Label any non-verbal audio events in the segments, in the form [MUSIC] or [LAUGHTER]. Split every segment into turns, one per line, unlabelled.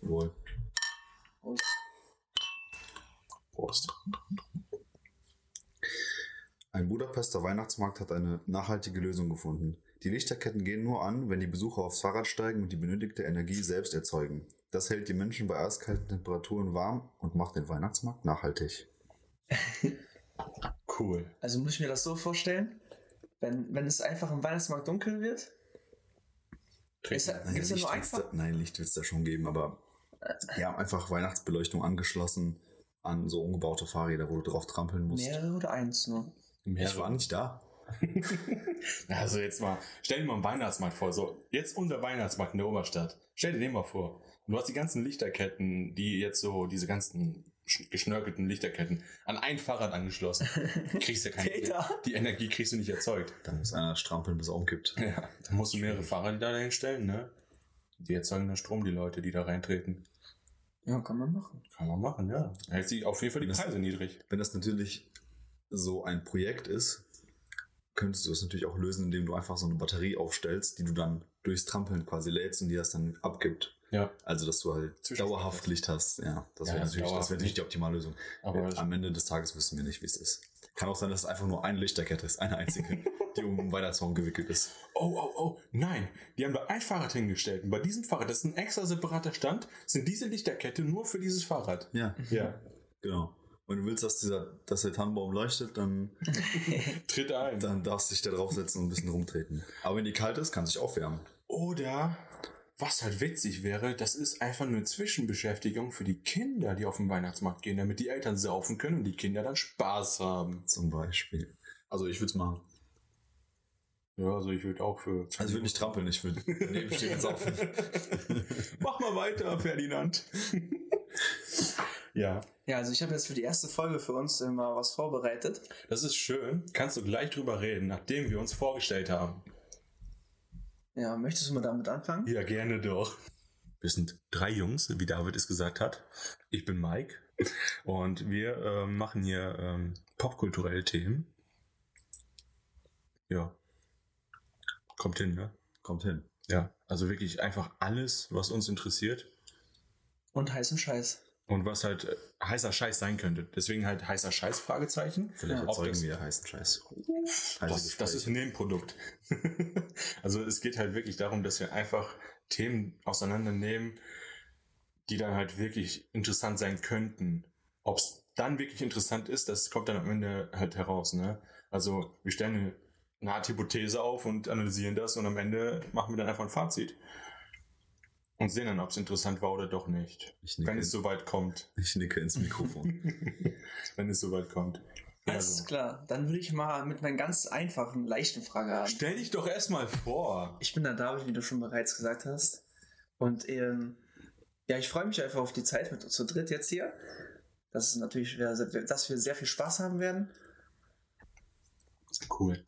Wohl. Prost. Ein Budapester Weihnachtsmarkt hat eine nachhaltige Lösung gefunden. Die Lichterketten gehen nur an, wenn die Besucher aufs Fahrrad steigen und die benötigte Energie selbst erzeugen. Das hält die Menschen bei eiskalten Temperaturen warm und macht den Weihnachtsmarkt nachhaltig.
Cool.
Also muss ich mir das so vorstellen, wenn, wenn es einfach im Weihnachtsmarkt dunkel wird, ist,
Nein,
Äh, gibt's ja nur
wird's
einfach.
da, nein, Licht wird es da schon geben, aber die haben einfach Weihnachtsbeleuchtung angeschlossen an so umgebaute Fahrräder, wo du drauf trampeln musst.
Mehrere oder eins nur?
Ich war nicht da.
Also jetzt mal, stell dir mal einen Weihnachtsmarkt vor, so jetzt unser Weihnachtsmarkt in der Oberstadt. Stell dir den mal vor. Und du hast die ganzen Lichterketten, die jetzt so, diese ganzen sch- geschnörkelten Lichterketten an ein Fahrrad [LAUGHS] angeschlossen. Kriegst ja keine
Peter.
Die Energie kriegst du nicht erzeugt.
Da muss einer strampeln, bis er umkippt.
Ja, da musst du mehrere Fahrräder dahin stellen, ne? Die erzeugen dann Strom, die Leute, die da reintreten.
Ja, kann man machen.
Kann man machen, ja. Hält sich auf jeden Fall die Preise niedrig.
Wenn das natürlich so ein Projekt ist, könntest du es natürlich auch lösen, indem du einfach so eine Batterie aufstellst, die du dann durchs Trampeln quasi lädst und die das dann abgibt.
Ja.
Also, dass du halt
Zwischen-
dauerhaft Licht hast. Ja, das
Ja,
wäre
ja,
natürlich, das
dauerhaft
wäre natürlich die optimale Lösung. Äh,
Aber
Am Ende des Tages wissen wir nicht, wie es ist. Kann auch sein, dass es einfach nur eine Lichterkette ist, eine einzige, die um [LAUGHS] einen Weihnachtsbaum gewickelt ist.
Oh, oh, oh, nein. Die haben da ein Fahrrad hingestellt. Und bei diesem Fahrrad, das ist ein extra separater Stand, sind diese Lichterkette nur für dieses Fahrrad.
Ja,
Ja.
genau. Und du willst, dass, dieser, dass der Tannenbaum leuchtet, dann,
Tritt ein.
dann darfst du dich da draufsetzen und ein bisschen rumtreten. Aber wenn die kalt ist, kannst du dich aufwärmen.
Oder, was halt witzig wäre, das ist einfach nur eine Zwischenbeschäftigung für die Kinder, die auf den Weihnachtsmarkt gehen, damit die Eltern saufen können und die Kinder dann Spaß haben.
Zum Beispiel. Also ich würde es machen.
Ja, also ich würde auch [LAUGHS] für...
Also ich würde nicht trampeln, ich würde daneben stehen und saufen.
Mach mal weiter, Ferdinand. ja.
[LAUGHS] Ja, also ich habe jetzt für die erste Folge für uns äh, mal was vorbereitet.
Das ist schön. Kannst du gleich drüber reden, nachdem wir uns vorgestellt haben.
Ja, möchtest du mal damit anfangen?
Ja, gerne doch. Wir sind drei Jungs, wie David es gesagt hat. Ich bin Mike und wir ähm, machen hier ähm, popkulturelle Themen. Ja. Kommt hin, ne?
Kommt hin.
Ja. Also wirklich einfach alles, was uns interessiert
Und heißen Scheiß.
und was halt äh, heißer Scheiß sein könnte. Deswegen halt heißer Scheiß Fragezeichen.
Vielleicht
Ja,
ob das-
erzeugen wir heißen Scheiß. Also
Das, das ist ein Nebenprodukt. [LAUGHS] also es geht halt wirklich darum, dass wir einfach Themen auseinandernehmen, die dann halt wirklich interessant sein könnten. Ob es dann wirklich interessant ist, das kommt dann am Ende halt heraus. Ne? Also wir stellen eine, eine Art Hypothese auf und analysieren das und am Ende machen wir dann einfach ein Fazit. Und sehen dann, ob es interessant war oder doch nicht.
ich,
Wenn
nicke,
es soweit kommt.
ich nicke ins Mikrofon.
Wenn es soweit kommt.
Alles
Also,
klar. Dann würde ich mal mit einer ganz einfachen, leichten Frage an.
stell dich doch erstmal vor.
Ich bin der David, wie du schon bereits gesagt hast. Und ähm, ja, ich freue mich einfach auf die Zeit mit uns zu dritt jetzt hier. Das ist natürlich, wieder sehr- dass wir sehr viel Spaß haben werden.
Cool.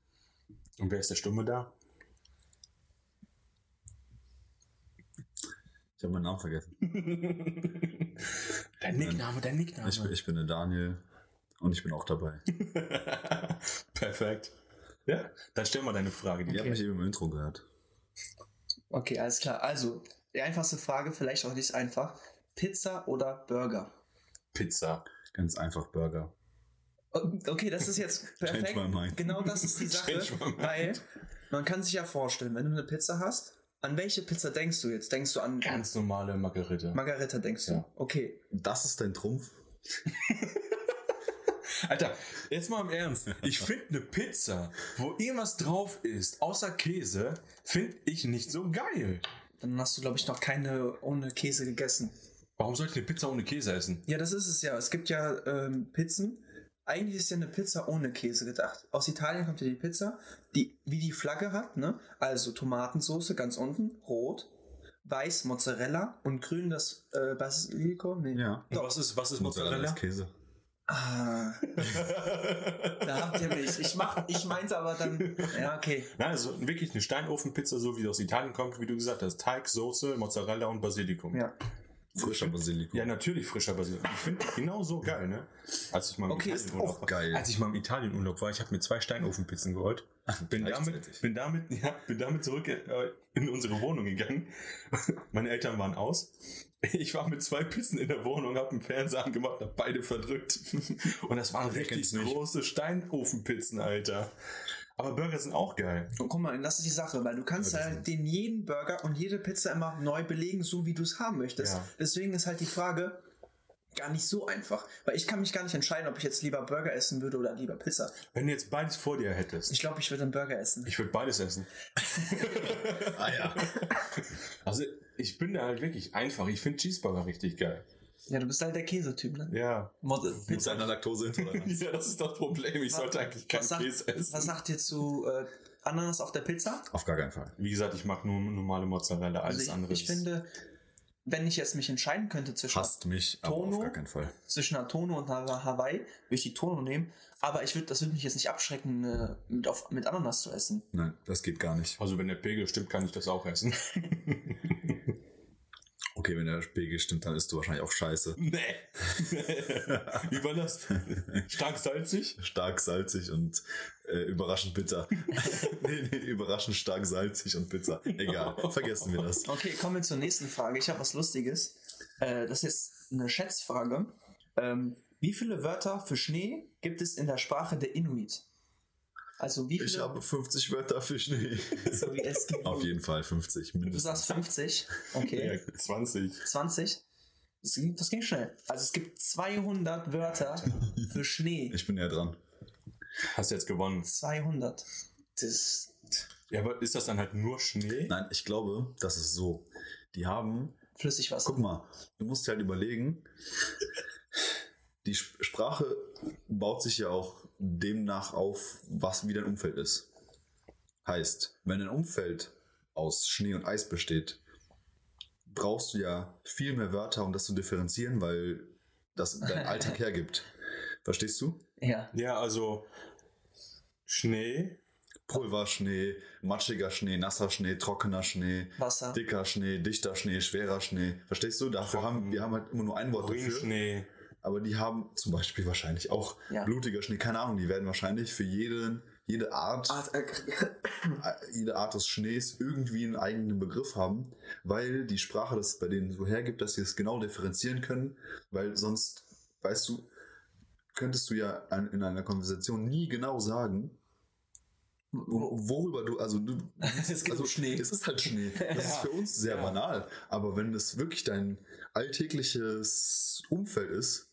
Und wer ist der Stumme da?
Ich habe meinen Namen vergessen.
Dein Nickname, dein Nickname.
Ich, bin- ich bin der Daniel und ich bin auch dabei.
[LAUGHS] Perfekt. Ja, dann stell mal deine Frage. Die
Ihr habt mich eben im Intro gehört.
Okay, alles klar. Also, die einfachste Frage, vielleicht auch nicht einfach. Pizza oder Burger?
Pizza.
Ganz einfach Burger.
Okay, das ist jetzt
Change
perfekt.
my mind.
Genau das ist die Sache,
Change my mind.
weil man kann sich ja vorstellen, wenn du eine Pizza hast, an welche Pizza denkst du jetzt? Denkst du an
Ganz normale Margarita.
Margarita, denkst du?
Ja.
Okay.
Das ist dein Trumpf.
Alter, jetzt mal im Ernst. Ich finde eine Pizza, wo irgendwas drauf ist, außer Käse, finde ich nicht so geil.
Dann hast du, glaube ich, noch keine ohne Käse gegessen.
Warum sollte ich eine Pizza ohne Käse essen?
Ja, das ist es ja. Es gibt ja ähm, Pizzen. Eigentlich ist ja eine Pizza ohne Käse gedacht. Aus Italien kommt ja die Pizza, die wie die Flagge hat, ne? Also Tomatensoße ganz unten, rot, weiß Mozzarella und grün das äh, Basilikum. Nee.
Ja.
Und Was ist, was ist
Mozzarella
Mozzarella?
ist Käse.
Ah, da habt ihr mich. Ich mach, ich meinte aber dann. Ja, okay.
[LAUGHS] Nein, also wirklich eine Steinofenpizza, so wie sie aus Italien kommt, wie du gesagt hast. Teig, Soße, Mozzarella und Basilikum.
Ja.
Frischer Basilikum.
Ja, natürlich frischer Basilikum. Ich finde genau so geil, ne? Als ich mal im
Okay, ist
Italienurlaub
auch geil.
war. Als ich mal im Italienurlaub war, ich habe mir zwei Steinofenpizzen geholt. Bin damit,
gleichzeitig.
bin, damit, ja, bin damit zurück äh, in unsere Wohnung gegangen. [LAUGHS] Meine Eltern waren aus. Ich war mit zwei Pizzen in der Wohnung, habe einen Fernseher angemacht, habe beide verdrückt. [LAUGHS] Und das waren
Wer
richtig
kennt's nicht?
große Steinofenpizzen, Alter. Aber Burger sind auch geil.
Und guck mal, das ist die Sache, weil du kannst
Ja, das
halt den jeden Burger und jede Pizza immer neu belegen, so wie du es haben möchtest.
Ja.
Deswegen ist halt die Frage gar nicht so einfach, weil ich kann mich gar nicht entscheiden, ob ich jetzt lieber Burger essen würde oder lieber Pizza.
Wenn du jetzt beides vor dir hättest,
Ich glaube, ich würde einen Burger essen.
ich würde beides essen.
Ah ja.
Also ich bin da halt wirklich einfach. Ich finde Cheeseburger richtig geil.
Ja, du bist halt der Käsetyp, ne?
Ja.
Model.
Mit seiner Laktoseintoleranz.
[LAUGHS] Ja, das ist das Problem. Ich sollte eigentlich keinen
Was sagt,
Käse essen.
was sagt ihr zu äh, Ananas auf der Pizza?
Auf gar keinen Fall.
Wie gesagt, ich mag nur normale Mozzarella, alles
Also ich,
andere.
ich
ist-
finde, wenn ich jetzt mich entscheiden könnte zwischen,
Hasst mich, aber
Tono?
auf gar keinen Fall.
zwischen einer Tono und einer Hawaii, würde ich die Tono nehmen. Aber ich würde, das würde mich jetzt nicht abschrecken, äh, mit, auf, mit Ananas zu essen.
Nein, das geht gar nicht.
Also wenn der Pegel stimmt, kann ich das
[LAUGHS]
auch essen.
Okay, wenn der Spiegel stimmt, dann isst du wahrscheinlich auch scheiße.
nee. Wie war das? Stark salzig?
Stark salzig und äh, überraschend
[LAUGHS]
bitter. [LAUGHS] nee, nee, überraschend stark salzig und bitter. Egal, vergessen wir das.
Okay, kommen wir zur nächsten Frage. Ich habe was Lustiges. Äh, das ist eine Schätzfrage. Ähm, wie viele Wörter für Schnee gibt es in der Sprache der Inuit? Also wie
Ich
viele? [LAUGHS]
habe 50 Wörter für Schnee.
So wie es gibt.
Auf jeden Fall 50.
Du
mindestens.
sagst 50. Okay.
20.
20. Das ging, das ging schnell. Also es gibt 200 Wörter für Schnee.
[LAUGHS] Ich bin ja dran.
Hast jetzt gewonnen.
200. Das,
Ja, aber ist das dann halt nur Schnee?
Nein, ich glaube, das ist so. Die haben
Flüssigwasser.
Guck mal, du musst dir halt überlegen, die Sp- Sprache baut sich ja auch demnach auf, was wie dein Umfeld ist. Heißt, wenn dein Umfeld aus Schnee und Eis besteht, brauchst du ja viel mehr Wörter, um das zu differenzieren, weil das dein Alltag hergibt. Verstehst du?
Ja.
Ja, also Schnee.
Pulverschnee, matschiger Schnee, nasser Schnee, trockener Schnee,
Wasser.
dicker Schnee, dichter Schnee, schwerer Schnee. Verstehst du? Dafür haben wir haben halt immer nur ein Wort dafür.
Urinschnee.
Aber die haben zum Beispiel wahrscheinlich auch
Ja.
blutiger Schnee. Keine Ahnung, die werden wahrscheinlich für jeden, jede Art,
Ah,
äh, jede Art des Schnees irgendwie einen eigenen Begriff haben, weil die Sprache das bei denen so hergibt, dass sie es genau differenzieren können, weil sonst, weißt du, könntest du ja an, in einer Konversation nie genau sagen, wo- worüber du, also du,
[LAUGHS] Es gibt
also
um Schnee.
Es ist halt Schnee. Das ist
Ja.
für uns sehr
Ja.
banal. Aber wenn es wirklich dein alltägliches Umfeld ist,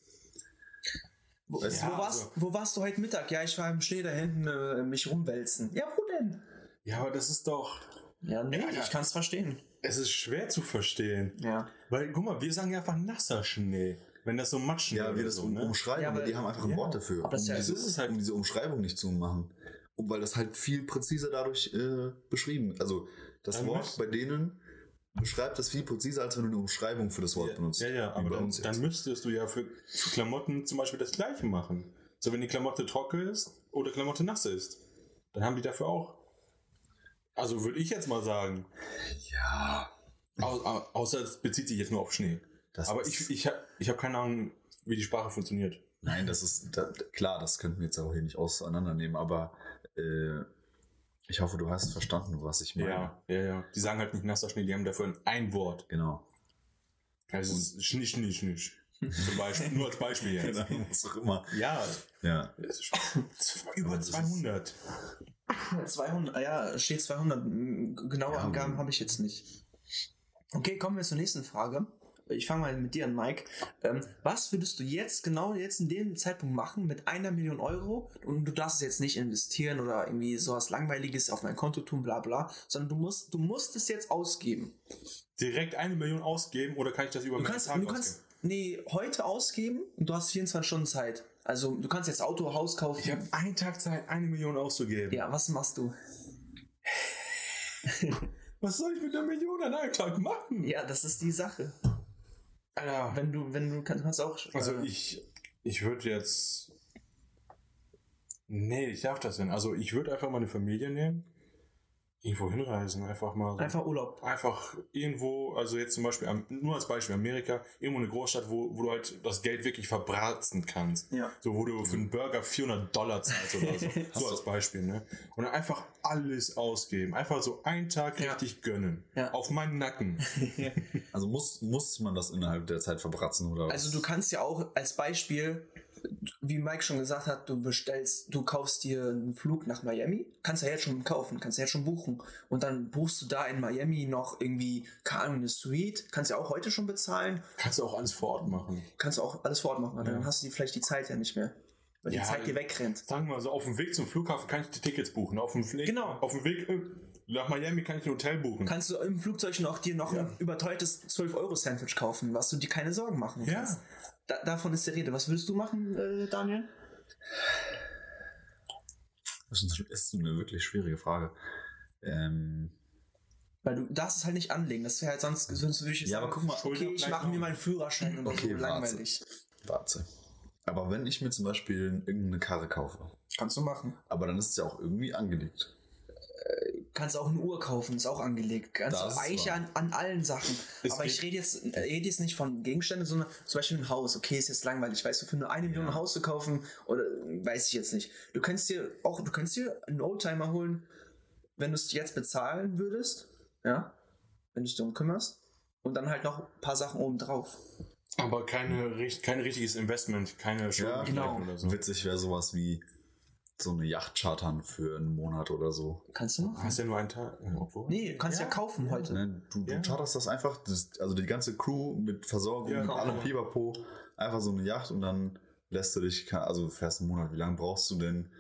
Wo,
Weißt
du,
wo, warst,
also-
wo warst du heute Mittag? Ja, ich war im Schnee da hinten äh, mich rumwälzen. Ja, wo denn?
Ja, aber das ist doch.
Ja, nee,
Ja, ja.
ich kann es verstehen.
Es ist schwer zu verstehen.
Ja.
Weil, guck mal, wir sagen ja einfach nasser Schnee. Wenn das so Matschschnee
ja, wir
oder
das
so,
um,
ne?
umschreiben,
Ja,
aber die
aber-
haben einfach ein
ja.
Wort dafür,
Aber das ist
um,
ja-
diese,
das ist es halt.
um diese Umschreibung nicht zu machen. Und weil das halt viel präziser dadurch äh, beschrieben Also das
Dann
Wort
müsst-
bei denen beschreibt das viel präziser, als wenn du eine Umschreibung für das Wort benutzt.
Ja, ja,
Wie
aber
bei
dann,
uns
dann
jetzt.
müsstest du ja für, für Klamotten zum Beispiel das gleiche machen. So, wenn die Klamotte trocken ist oder Klamotte nass ist, dann haben die dafür auch. Also würde ich jetzt mal sagen. Ja. Au, au, außer es bezieht sich jetzt nur auf Schnee.
Das
aber
ist-
ich, ich habe ich hab keine Ahnung, wie die Sprache funktioniert.
Nein, das ist da, klar, das könnten wir jetzt auch hier nicht auseinandernehmen, aber äh, ich hoffe, du hast verstanden, was ich meine.
ja, ja. Die sagen halt nicht nasser Schnee, die haben dafür ein- ein Wort.
Genau.
[LAUGHS] Also es ist Schnisch, Schnisch, Schnisch. Zum Beispiel, nur als Beispiel jetzt.
Genau, was auch immer.
Ja,
Ja.
es ist schon
Aber
[LAUGHS] über
das ist-
200.
200, ah ja, steht 200. M, Genaue
Ja,
Angaben
aber-
habe ich jetzt nicht. Okay, kommen wir zur nächsten Frage. Ich fange mal mit dir an, Mike. Ähm, was würdest du jetzt, genau jetzt in dem Zeitpunkt machen mit einer Million Euro und du darfst es jetzt nicht investieren oder irgendwie sowas Langweiliges auf dein Konto tun, bla bla, sondern du musst, du musst es jetzt ausgeben.
direkt eine Million ausgeben oder kann ich das über
Du
mehrere
kannst,
Tage
du kannst
ausgeben?
nee, heute ausgeben und du hast 24 Stunden Zeit. Also du kannst jetzt Auto, Haus kaufen.
Ich habe einen Tag Zeit, eine Million auszugeben.
ja, was machst du?
Was soll ich mit einer Million an einem Tag machen?
Ja, das ist die Sache.
Alter.
Wenn du, wenn du kannst, kannst du auch.
also
äh,
ich, ich würde jetzt... Nee, ich darf das denn. Also ich würde einfach meine Familie nehmen irgendwo hinreisen, einfach mal. so-
Einfach Urlaub.
einfach irgendwo, also jetzt zum Beispiel, am, nur als Beispiel Amerika, irgendwo eine Großstadt, wo, wo du halt das Geld wirklich verbraten kannst.
Ja.
So, wo du für einen Burger 400 Dollar zahlst oder
[LAUGHS]
so. so als Beispiel, ne? Und dann einfach alles ausgeben. Einfach so einen Tag
Ja.
richtig gönnen.
Ja.
Auf
[LAUGHS]
meinen Nacken.
Also muss, muss man das innerhalb der Zeit verbratzen oder
Also
was?
du kannst ja auch als Beispiel, wie Mike schon gesagt hat, du bestellst, du kaufst dir einen Flug nach Miami, kannst ja jetzt schon kaufen, kannst ja jetzt schon buchen und dann buchst du da in Miami noch irgendwie, keine Ahnung, eine Suite, kannst ja auch heute schon bezahlen,
Kannst du auch alles vor Ort machen.
kannst auch alles vor Ort machen, weil
Ja.
dann hast du die, vielleicht die Zeit ja nicht mehr, weil
Ja,
die Zeit dir wegrennt.
Sagen wir mal so, auf dem Weg zum Flughafen kann ich die Tickets buchen. Auf dem Weg,
Genau.
Auf dem Weg äh, nach Miami kann ich ein Hotel buchen.
Hm.
Kannst du im Flugzeug noch dir noch
Ja.
ein überteuertes 12-Euro-Sandwich kaufen, was du dir keine Sorgen machen
Ja.
kannst. Da, davon ist die Rede. Was würdest du machen, äh, Daniel?
Das ist das ist eine wirklich schwierige Frage. Ähm,
Weil du darfst es halt nicht anlegen. Das wäre halt sonst, sonst würde ich
Ja, aber guck mal,
okay, ich
Schulterabgleich
mache mir
noch.
meinen Führerschein oder
Okay, warte.
so. Langweilig.
warte. Aber wenn ich mir zum Beispiel irgendeine Karre kaufe,
Kannst du machen.
aber dann ist es ja auch irgendwie angelegt.
Kannst auch eine Uhr kaufen, ist auch angelegt. Kannst
Das
du
ist
eigentlich
wahr.
an, an allen Sachen.
Es
aber ich
geht-
rede jetzt, äh, rede jetzt nicht von Gegenständen, sondern zum Beispiel ein Haus. Okay, ist jetzt langweilig. Weißt du, für nur eine Million ein Haus zu kaufen, oder äh, weiß ich jetzt nicht. Du kannst dir auch, du kannst dir einen Oldtimer holen, wenn du es jetzt bezahlen würdest, ja, wenn du dich darum kümmerst. Und dann halt noch ein paar Sachen obendrauf.
Aber keine, richt- kein richtiges Investment, keine Schulden
genau.
oder so.
Also Witzig wäre sowas wie so eine Yacht chartern für einen Monat oder so.
Kannst du
Du
machen?
hast ja nur einen Tag. Ja, obwohl.
Nee, du kannst ja,
Ah. Ja.
kaufen heute.
Ne? Du, du
Ja.
charterst das einfach, das, also die ganze Crew mit Versorgung,
Ja,
mit
genau.
allem Pipapo, einfach so eine Yacht und dann lässt du dich, keine- also fährst einen Monat. Wie lange brauchst du denn,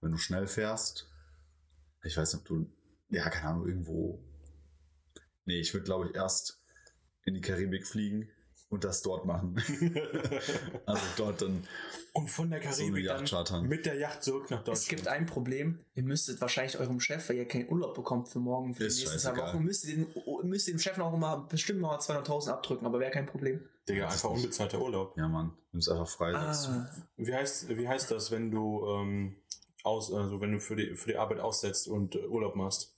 wenn du schnell fährst? Ich weiß nicht, ob du, ja, keine Ahnung, irgendwo. Nee, ich würde, glaube ich, erst in die Karibik fliegen und das dort
[LAUGHS]
machen. also dort dann
Und von der
so eine
Karibik
Yacht
dann
chartern.
mit der Yacht zurück nach Deutschland.
Es gibt ein Problem. Ihr müsstet wahrscheinlich eurem Chef, weil ihr keinen Urlaub bekommt für morgen, für
Ist
die nächsten zwei
scheißegal.
Wochen, müsst ihr, dem, müsst ihr dem Chef noch mal bestimmt mal 200.000 abdrücken, aber wäre kein Problem.
Digga,
Das
einfach
ist-
unbezahlter Urlaub.
Ja, Mann, nimm's einfach frei. sagst du.
Ah,
Wie heißt, wie heißt das, wenn du ähm, aus, also wenn du für die, für die Arbeit aussetzt und äh, Urlaub machst?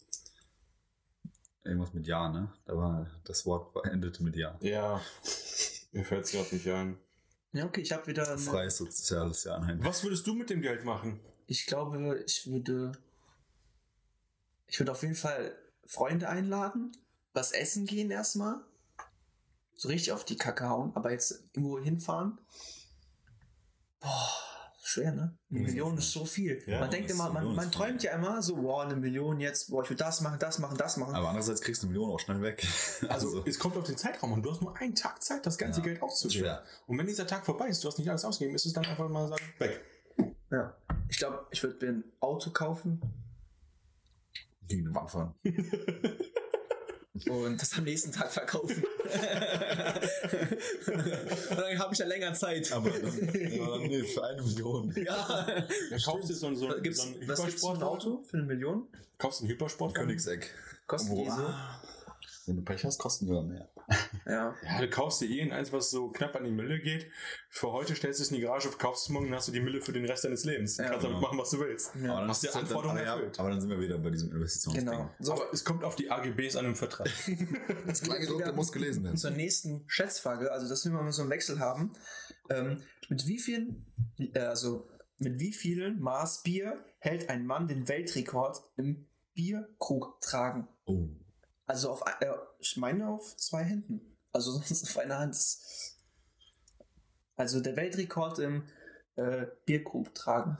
Irgendwas mit Ja, ne? Da war, das Wort endete mit Ja.
[LAUGHS]
Ja. Mir fällt es gerade nicht ein.
ja, okay, ich habe wieder. Eine,
Freies soziales Jahr, nein.
Was würdest du mit dem Geld machen?
Ich glaube, ich würde. Ich würde auf jeden Fall Freunde einladen, was essen gehen erstmal. So richtig auf die Kacke hauen, aber jetzt irgendwo hinfahren. Boah, schwer, ne? Eine
Mhm.
Million ist so viel.
Ja,
man denkt
das-
immer, man,
Million ist
man
viel.
träumt ja immer so, wow, eine Million jetzt, boah, ich will das machen, das machen, das machen.
Aber andererseits kriegst du eine Million auch schnell weg.
Also, es kommt auf den Zeitraum und du hast nur einen Tag Zeit, das
[LAUGHS]
ganze
Ja.
Geld auszugeben.
schwer.
Und wenn dieser Tag vorbei ist, du hast nicht alles ausgegeben, ist es dann einfach mal sagen, weg.
Ja. Ich glaube, ich würde mir ein Auto kaufen
Gegen den Wand fahren.
[LAUGHS] und das am nächsten Tag verkaufen. [LAUGHS] und dann habe ich ja länger Zeit.
Aber dann, aber dann nee, für eine Million.
Ja.
Dann kaufst du so, ein- so, ein-
Gibt's,
so ein
was gibt's für ein Auto für eine Million?
Kaufst du einen Hypersport?
Königseck.
Kosten
Wow.
diese?
Wenn du Pech hast, kosten wir mehr.
Ja.
Ja, du kaufst dir irgendeins, was so knapp an die Mille geht. Für heute stellst du es in die Garage, verkaufst es morgen, dann hast du die Mille für den Rest deines Lebens. Du
Ja,
kannst damit
genau.
machen, was du willst.
Ja.
aber, dann
Hast
ist
du
es
Antworten
dann, aber, ja,
erfüllt?
aber dann sind wir wieder bei diesem Investitionsding.
Genau.
So, aber es kommt auf die AGBs an einem Vertrag.
Das Kleingedruckte muss gelesen werden.
Zur nächsten Schätzfrage, also dass wir mal so einen Wechsel haben. Ähm, mit wie vielen, äh, also mit wie vielen Maß Bier hält ein Mann den Weltrekord im Bierkrug tragen?
Oh.
Also auf, ein- äh, ich meine auf zwei Händen. Also [LAUGHS] sonst auf einer Hand. ist- Also der Weltrekord im äh, Bierkrug tragen.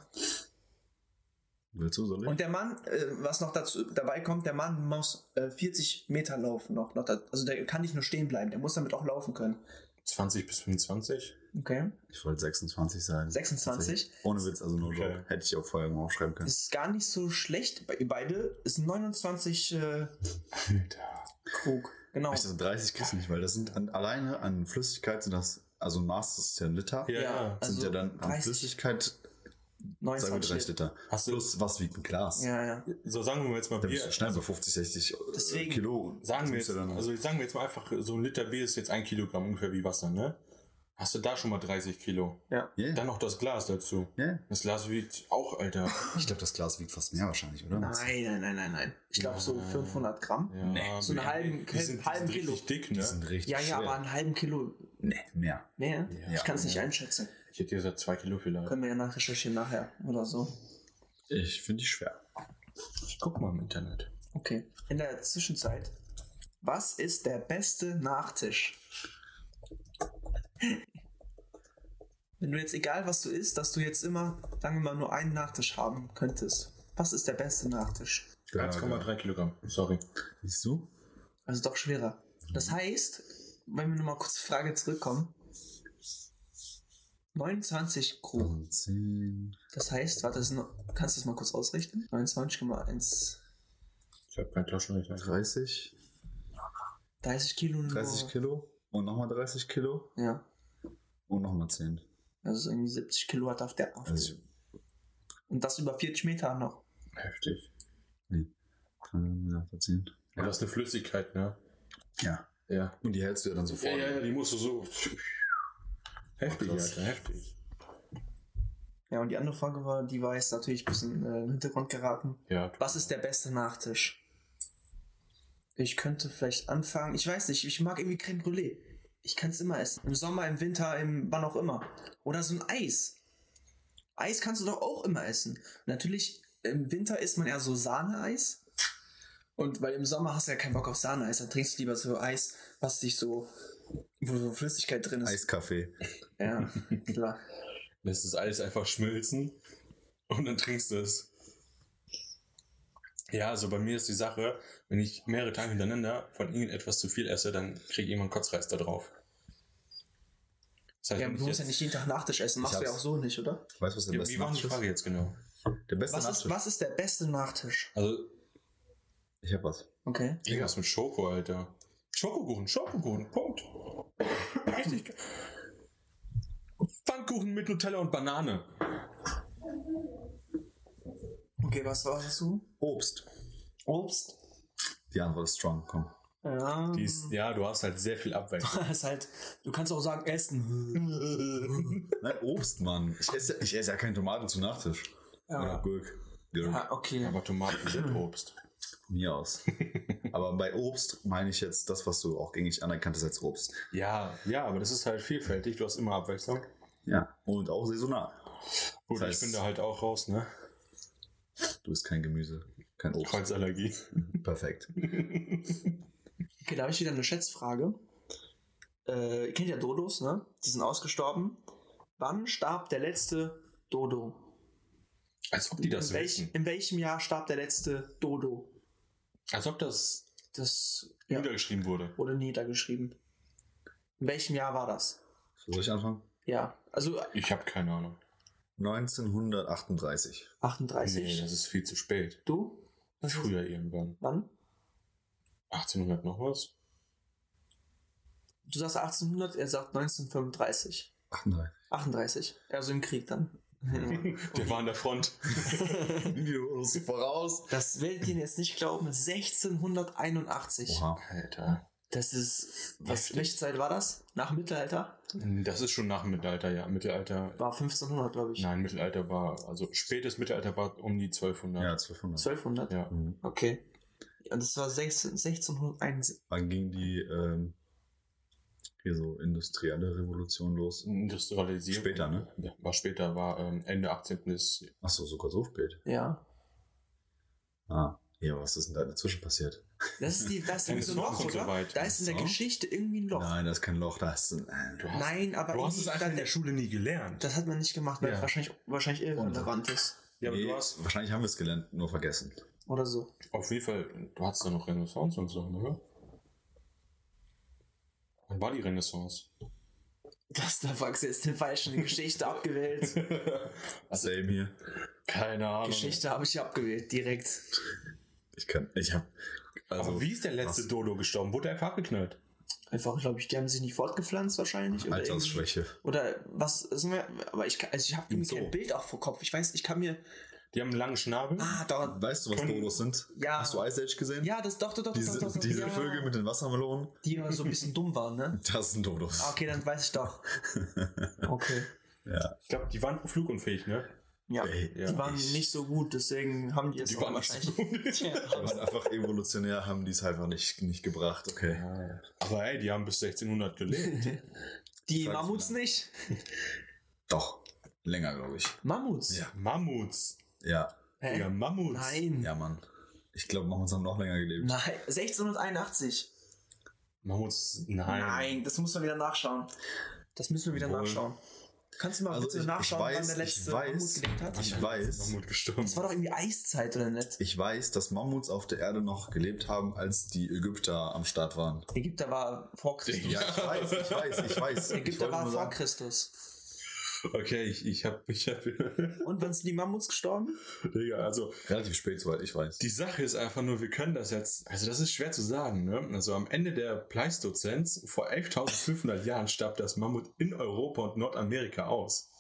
Willst du, soll ich?
Und der Mann, äh, was noch dazu dabei kommt, der Mann muss äh, 40 Meter laufen noch. noch da, also der kann nicht nur stehen bleiben, der muss damit auch laufen können.
20 bis 25?
Okay.
Ich wollte 26 sagen.
26
Ohne Witz, also nur
Okay.
joke. Hätte ich auch vorher mal aufschreiben können.
ist gar nicht so schlecht. Be- Beide ist 29 äh,
Alter.
Krug. Genau.
Ich dachte, 30 kriegst du nicht, weil das sind an, alleine an Flüssigkeit sind das, also ein Maß ist ja ein Liter.
Ja, ja.
sind
also
ja dann an
30,
Flüssigkeit, sagen wir
29
3 Liter.
Hast du,
Plus, was wiegt ein Glas?
Ja, ja.
so sagen wir jetzt mal
Da
Bier.
bist du schnell bei 50, 60 äh,
Deswegen
Kilo.
Sagen wir
Bist
jetzt,
du dann-
also sagen wir jetzt mal einfach, so ein Liter Bier ist jetzt ein Kilogramm ungefähr wie Wasser, ne? Hast du da schon mal 30 Kilo?
Ja.
Ja,
Dann noch das Glas dazu.
ja.
Das Glas wiegt auch, Alter.
Ich glaube, das Glas wiegt fast mehr wahrscheinlich, oder?
Nein, nein, nein, nein, nein. Ich glaube so
Ja.
500 Gramm.
Ja,
nee. So einen
nee,
halben,
die sind, die
halben
sind
Kilo.
richtig dick,
Die
ne?
sind richtig
Ja, ja,
schwer.
aber einen halben Kilo. Nee.
Mehr.
Mehr?
Ja.
ich kann es nicht
Ja.
einschätzen.
Ich hätte gesagt zwei Kilo vielleicht.
Können wir ja nachrecherchieren nachher oder so.
Ich finde die schwer.
Ich guck mal im Internet.
Okay. In der Zwischenzeit, was ist der beste Nachtisch? Wenn du jetzt, egal was du isst, dass du jetzt immer, sagen wir mal, nur einen Nachtisch haben könntest. Was ist der beste Nachtisch?
Burger.
1,3 Kilogramm. Sorry.
Siehst du?
Also doch schwerer. Das heißt, wenn wir nochmal kurz zur Frage zurückkommen. 29 Crew.
Und 10.
Das heißt, warte, das ist noch- kannst du das mal kurz ausrichten? 29,1.
Ich habe kein Taschenrechner.
30.
30 Kilo. nur-
30 Kilo. Und nochmal 30 Kilo.
Ja.
Und nochmal 10.
Also irgendwie 70 Kilo hat auf der auf
Also,
Und das über 40 Meter noch.
Heftig.
kann man nachvollziehen.
Und das ist eine Flüssigkeit, ne?
Ja.
Ja.
Und die hältst du ja dann sofort.
Ja, ja, ja, die musst du so. [LAUGHS] Heftig,
Krass.
Alter, heftig.
Ja, und die andere Frage war, die war jetzt natürlich ein bisschen äh, im Hintergrund geraten.
Ja.
Was ist der beste Nachtisch? Ich könnte vielleicht anfangen. Ich weiß nicht, ich mag irgendwie Creme Brûlée. Ich kann es immer essen. Im Sommer, im Winter, im wann auch immer. Oder so ein Eis. Eis kannst du doch auch immer essen. Natürlich, im Winter isst man eher so Sahneeis. Und weil im Sommer hast du ja keinen Bock auf Sahneeis, dann trinkst du lieber so Eis, was dich so, wo so Flüssigkeit drin ist.
Eiskaffee.
Ja, klar.
Lässt das Eis einfach schmilzen und dann trinkst du es. Ja, also bei mir ist die Sache, wenn ich mehrere Tage hintereinander von irgendetwas zu viel esse, dann kriege ich immer einen Kotzreiz da drauf. Das heißt,
Ja,
wenn
aber
ich
du musst ja
jetzt-
nicht jeden Tag Nachtisch essen. Machst du ja auch
hab's.
so nicht, oder?
Weißt du, was der
Ja,
beste
Wie war die
Nachtisch
Frage
ist?
jetzt genau?
Der beste
Was ist,
Nachtisch.
was ist der beste Nachtisch?
Also,
Ich hab was.
Okay.
irgendwas mit Schoko, Alter. Schokokuchen, Schokokuchen, Punkt. Richtig. ge- Pfannkuchen mit Nutella und Banane.
Okay, was warst du?
Obst.
Obst?
Die Antwort ist strong. Komm.
Ja.
Die ist, ja, du hast halt sehr viel [LAUGHS] Abwechslung.
Ähm, [LAUGHS] ist halt, du kannst auch sagen, Essen.
Nein, Obst, Mann. Ich esse, ich esse ja keine Tomaten zu Nachtisch. Oder
[LAUGHS] ja.
Gurk. Gurk.
Ah, okay.
Aber Tomaten [CLEARS THROAT] sind Obst.
Von mir [LAUGHS] aus. Aber bei Obst meine ich jetzt das, was du auch gängig anerkannt hast als Obst.
Ja, ja, aber das ist halt vielfältig. Du hast immer Abwechslung.
Ja. Und auch saisonal.
Gut,
Das
ich
heißt-
bin da halt auch raus, ne?
Du isst kein Gemüse, kein Obst.
Kreuzallergie.
Perfekt.
Okay, da habe ich wieder eine Schätzfrage. Äh, ihr kennt ja Dodos, ne? Die sind ausgestorben. Wann starb der letzte Dodo?
Als ob die das
in, welch,
wissen.
in welchem Jahr starb der letzte Dodo?
Als ob das
Das ja,
niedergeschrieben wurde.
wurde niedergeschrieben. In welchem Jahr war das?
Soll ich anfangen?
Ja, also
Ich habe keine Ahnung.
1938.
38.
Nee, das ist viel zu spät.
Du? Was ist-
Früher irgendwann.
Wann?
1800 noch was?
Du sagst 1800, er sagt 1935.
Ach nein. [LAUGHS]
38. Also im Krieg dann.
[LAUGHS] Der war an der Front.
Virus voraus.
Das werdet ihr jetzt nicht glauben. 1681.
Oha.
Alter.
Das ist. Was,
Heftig.
welche Zeit war das? Nach Mittelalter?
Das ist schon nach dem Mittelalter, ja. Mittelalter.
War 1500, glaube ich.
Nein, Mittelalter war, also spätes Mittelalter war um die 1200.
Ja, 1200.
1200?
Ja.
Mhm.
Okay. Und das war 16, 1671.
Wann ging die ähm, hier so industrielle Revolution los?
Industrialisierung.
Später, ne?
Ja, war später, war ähm, Ende 18. bis
Achso, sogar so spät.
Ja.
Ah. Ja, was ist denn da dazwischen passiert?
Das ist die. Das
Dann
ist
ist
so ein
noch
Loch,
nicht so
oder?
weit.
Da ist in der
So.
Geschichte irgendwie ein Loch.
Nein, das ist kein Loch. Das ist ein, äh,
Du hast,
Nein, aber
du hast
irgendwie
es einfach
stand
in der
der-
Schule nie gelernt.
Das hat man nicht gemacht, weil
Ja.
es wahrscheinlich, wahrscheinlich irrelevant ist.
ja, aber
nee,
du hast
wahrscheinlich haben wir es gelernt, nur vergessen.
Oder so.
auf jeden Fall, du hattest da noch Renaissance und so, ne? Wann war die Renaissance?
Das da Fax jetzt den falschen Geschichte abgewählt.
[LAUGHS]
also,
Same hier.
keine Ahnung.
Geschichte habe ich abgewählt, direkt.
Ich kann, ich hab. Also,
aber wie ist der letzte
was-
Dodo gestorben? Wurde er einfach abgeknallt?
Einfach, glaube ich, die haben sich nicht fortgepflanzt wahrscheinlich. Oder, irgendwie-
Altersschwäche.
oder was sind wir. Aber ich, kann- also ich habe
Im
irgendwie kein
Zoo.
Bild auch vor Kopf. Ich weiß, ich kann mir.
Die haben einen langen Schnabel.
Ah, da.
Weißt du, was
Können-
Dodos sind?
Ja.
Hast du Ice Age gesehen?
Ja, das doch, doch, doch,
Diese,
doch, doch, doch
diese
ja.
Vögel mit den Wassermelonen,
Die immer so ein bisschen dumm waren, ne?
das sind Dodos.
Ah, Okay, dann weiß
[LAUGHS]
ich doch. Okay.
Ich glaube, die waren flugunfähig, ne?
Ja.
Ey,
Ja.
Die waren
ich-
nicht so gut, deswegen haben die jetzt
Die
auch
waren nicht so
wahrscheinlich.
[LAUGHS]
Tja.
Aber einfach evolutionär haben die es halt einfach nicht, nicht gebracht. Okay.
Aber ey, die haben bis 1600 gelebt.
[LAUGHS] Die
Frag ich
Mammuts
mich
nicht?
Doch. Länger, glaube ich.
Mammuts?
Ja.
Mammuts.
Ja.
Hä?
Ja, Mammuts.
Nein.
Ja, Mann. Ich glaube, Mammuts haben noch länger gelebt.
Nein. 1681.
Mammuts, nein.
Nein, das muss man wieder nachschauen. Das müssen wir wieder
Wohl.
nachschauen. Kannst du mal
Also
bitte
ich- ich
nachschauen, wann
weiß,
der
ich
letzte
weiß,
Mammut gelebt hat?
Ich weiß,
Mammut gestorben.
Das war doch irgendwie Eiszeit, oder nicht?
ich weiß, dass Mammuts auf der Erde noch gelebt haben, als die Ägypter am Start waren.
Ägypter war vor Christus.
Ja, ich weiß, ich weiß, ich weiß. ich
Ägypter
wollte
war
nur
vor
sagen,
Christus.
Okay, ich, ich hab, ich hab, [LAUGHS]
Und wann sind die Mammuts gestorben?
Digga, also,
relativ spät, soweit ich weiß.
die Sache ist einfach nur, wir können das jetzt, also das ist schwer zu sagen, ne? Also am Ende der Pleistozens, vor 11.500 Jahren, starb das Mammut in Europa und Nordamerika aus.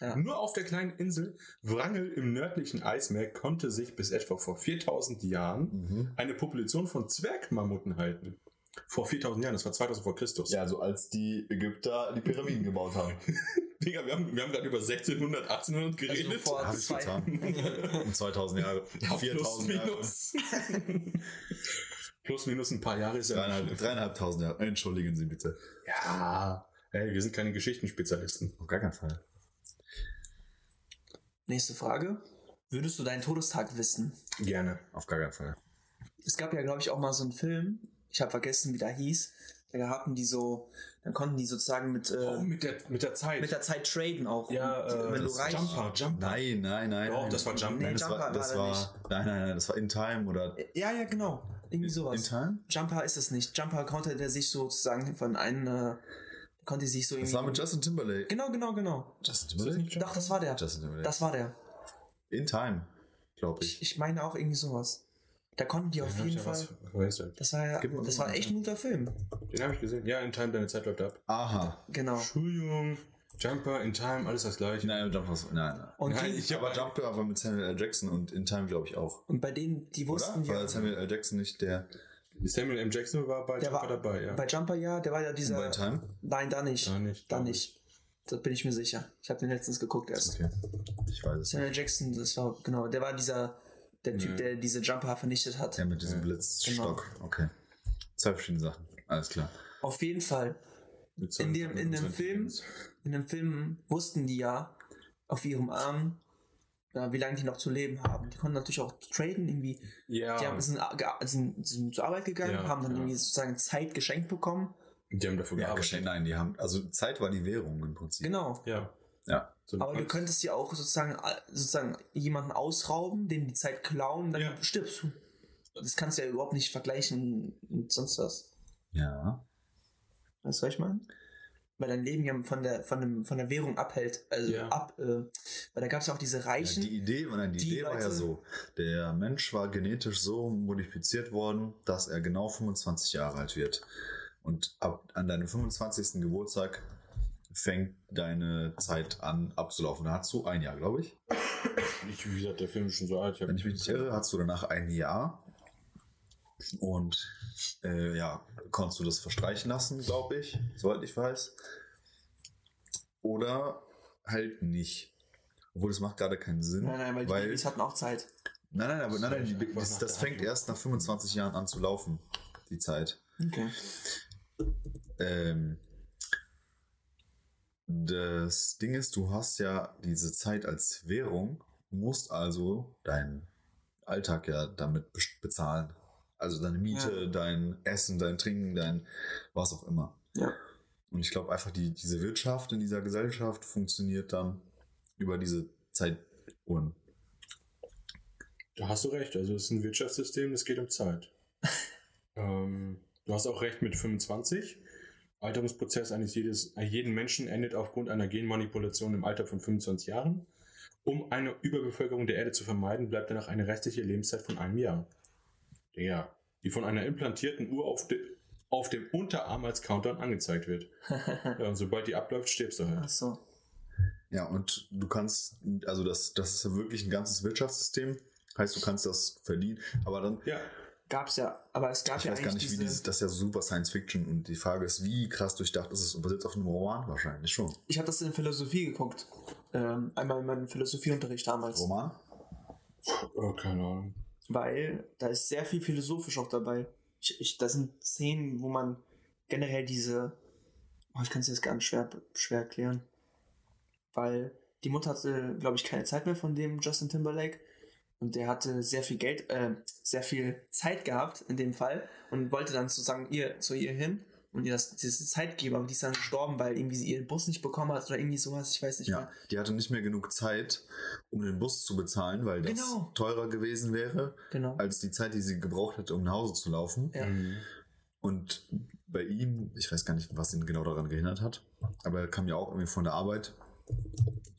Ja.
Nur auf der kleinen Insel Wrangel im nördlichen Eismeer konnte sich bis etwa vor 4000 Jahren
Mhm.
eine Population von Zwergmammuten halten. Vor 4000 Jahren, das war 2000 vor Christus.
Ja, also als die Ägypter die Pyramiden gebaut [LAUGHS] haben.
Digga, wir haben, wir haben gerade über 1600, 1800
Also
geredet.
vor
Hab ich
zwei. [LAUGHS]
getan. Um 2000 Jahre,
Ja,
4000 Jahre,
minus. [LAUGHS] plus minus ein paar Jahre ist ja
dreieinhalb- dreieinhalbtausend Jahre. Entschuldigen Sie bitte.
Ja. Ey, wir sind keine Geschichtenspezialisten.
Auf gar keinen Fall.
Nächste Frage. Würdest du deinen Todestag wissen?
Gerne.
Auf gar keinen Fall.
Es gab ja, glaube ich, auch mal so einen Film. Ich habe vergessen, wie der hieß. Da hatten die so, dann konnten die sozusagen mit, äh,
Oh, mit der, mit der Zeit.
mit der Zeit traden auch.
ja,
Und,
äh,
wenn du
das
reich
Jumper, Jumper.
Nein, nein, nein.
Doch,
nein.
das war Jumper.
Nee,
Nein, das
Jumper
war, das
war er
war, nein, nein, nein, das war In Time oder
Ja, ja, genau. Irgendwie sowas.
In Time?
Jumper ist es nicht. Jumper konnte der sich sozusagen von einem, äh, konnte sich so
Das
irgendwie.
war mit Justin Timberlake.
genau, genau, genau.
Justin
Timberlake?
Doch, das war der.
Justin Timberlake.
Das war der.
In Time, glaube
Ich,
ich.
ich meine auch irgendwie sowas. Da konnten die auf
Den hab ich
jeden
ja
Fall.
was verwechselt.
Das war ja,
Gib uns
das
mal
war
einen
echt ein guter Film.
Den habe ich gesehen. Ja, in Time, deine Zeit läuft ab.
Aha.
Genau.
Entschuldigung. Jumper, in Time, alles das gleiche.
Nein, Jump was. Nein, nein.
Und,
Nein,
die,
ich
aber
habe
Jump war mit Samuel L. Jackson und In Time, glaube ich, auch.
und bei denen, die
Oder?
wussten
Weil
ja.
Samuel L. Jackson nicht der
Samuel M. Jackson war bei
Der war-
Jumper dabei, ja.
Bei Jumper ja, der war ja
bei
dieser.
Time?
Nein, da nicht.
Da nicht.
Da nicht. Da bin ich mir sicher. Ich habe den letztens geguckt erst.
Okay. Ich weiß es nicht.
Samuel Jackson, das war, genau, der war dieser, der Typ,
Nee.
der diese Jumper vernichtet hat.
Ja, mit diesem
Ja.
Blitzstock.
Genau.
Okay. Zwei verschiedene Sachen. Alles klar.
Auf jeden Fall.
Mit so
in dem- in dem
so
Film- In dem Film wussten die ja auf ihrem Arm, ja, wie lange die noch zu leben haben. Die konnten natürlich auch traden, irgendwie.
Ja,
Die haben, sind, gea- sind, sind zur Arbeit gegangen,
Ja,
haben dann
ja.
irgendwie sozusagen Zeit geschenkt bekommen.
die haben dafür
Ja, geschenkt.
gearbeitet.
Nein, die haben. Also Zeit war die Währung im Prinzip.
Genau.
Ja.
Ja.
So
Aber du könntest ja auch sozusagen, äh, sozusagen jemanden ausrauben, dem die Zeit klauen, dann
Ja.
stirbst du. Das kannst du ja überhaupt nicht vergleichen mit sonst was.
Ja.
Weißt du, was ich meine? Weil dein Leben ja von der, von dem, von der Währung abhält. Also
Ja.
ab. Äh, weil da gab es ja auch diese
ja
Reichen.
die Idee, nein, die
Die
Idee war ja
Leute-
so. Der Mensch war genetisch so modifiziert worden, dass er genau 25 Jahre alt wird. Und ab, an deinem 25. Geburtstag fängt deine Zeit an abzulaufen. Da hast du ein Jahr, glaube ich.
Ich, wie gesagt, der Film ist schon so alt. Ich hab-
Wenn ich mich nicht irre, hast du danach ein Jahr. Und äh, ja, konntest du das verstreichen lassen, glaube ich, soweit ich weiß. Oder halt nicht. Obwohl, das macht gerade keinen Sinn.
Nein, nein, weil, die
weil
Babys hatten auch Zeit.
Nein, nein, aber nein, nein, die,
Einfach
das,
nach
das
der
fängt
Handlung.
erst nach 25 Jahren an zu laufen, die Zeit.
Okay.
Ähm, das Ding ist, du hast ja diese Zeit als Währung, musst also deinen Alltag ja damit bes- bezahlen. Also deine Miete,
Ja.
dein Essen, dein Trinken, dein was auch immer.
Ja.
Und ich glaube einfach, die, diese Wirtschaft in dieser Gesellschaft funktioniert dann über diese Zeituhren.
Da hast du recht. Also, es ist ein Wirtschaftssystem, es geht um Zeit. ähm, du hast auch recht mit 25. Alterungsprozess eines jedes, jeden Menschen endet aufgrund einer Genmanipulation im Alter von 25 Jahren. Um eine Überbevölkerung der Erde zu vermeiden, bleibt danach eine restliche Lebenszeit von einem Jahr. Ja, die von einer implantierten Uhr auf, de, auf dem Unterarm als Countdown angezeigt wird. ja, und sobald die abläuft, stirbst du halt.
Achso.
Ja, und du kannst, also das, das ist ja wirklich ein ganzes Wirtschaftssystem. Heißt, du kannst das verdienen, aber dann
Ja,
Gab's ja, aber es gab
ich
ja
weiß
eigentlich
gar nicht,
diese,
wie die, das ist ja super Science Fiction und die Frage ist, wie krass durchdacht ist es und basiert auf einem Roman wahrscheinlich schon.
Ich habe das in Philosophie geguckt. Ähm, einmal in meinem Philosophieunterricht damals.
Roman?
oh, keine Ahnung.
Weil da ist sehr viel philosophisch auch dabei. Ich, ich, das sind Szenen, wo man generell diese. Oh, ich kann es jetzt ganz schwer, schwer erklären. Weil die Mutter hatte, glaube ich, keine Zeit mehr von dem Justin Timberlake. Und der hatte sehr viel Geld, äh, sehr viel Zeit gehabt in dem Fall und wollte dann sozusagen ihr, zu ihr hin und ihr das, diese Zeit geben, aber die ist dann gestorben, weil irgendwie sie ihren Bus nicht bekommen hat oder irgendwie sowas, ich weiß nicht
Ja.
mehr.
Die hatte nicht mehr genug Zeit, um den Bus zu bezahlen, weil das
Genau.
teurer gewesen wäre,
Genau.
als die Zeit, die sie gebraucht hätte, um nach Hause zu laufen.
Ja.
Mhm.
Und bei ihm, ich weiß gar nicht, was ihn genau daran gehindert hat, aber er kam ja auch irgendwie von der Arbeit.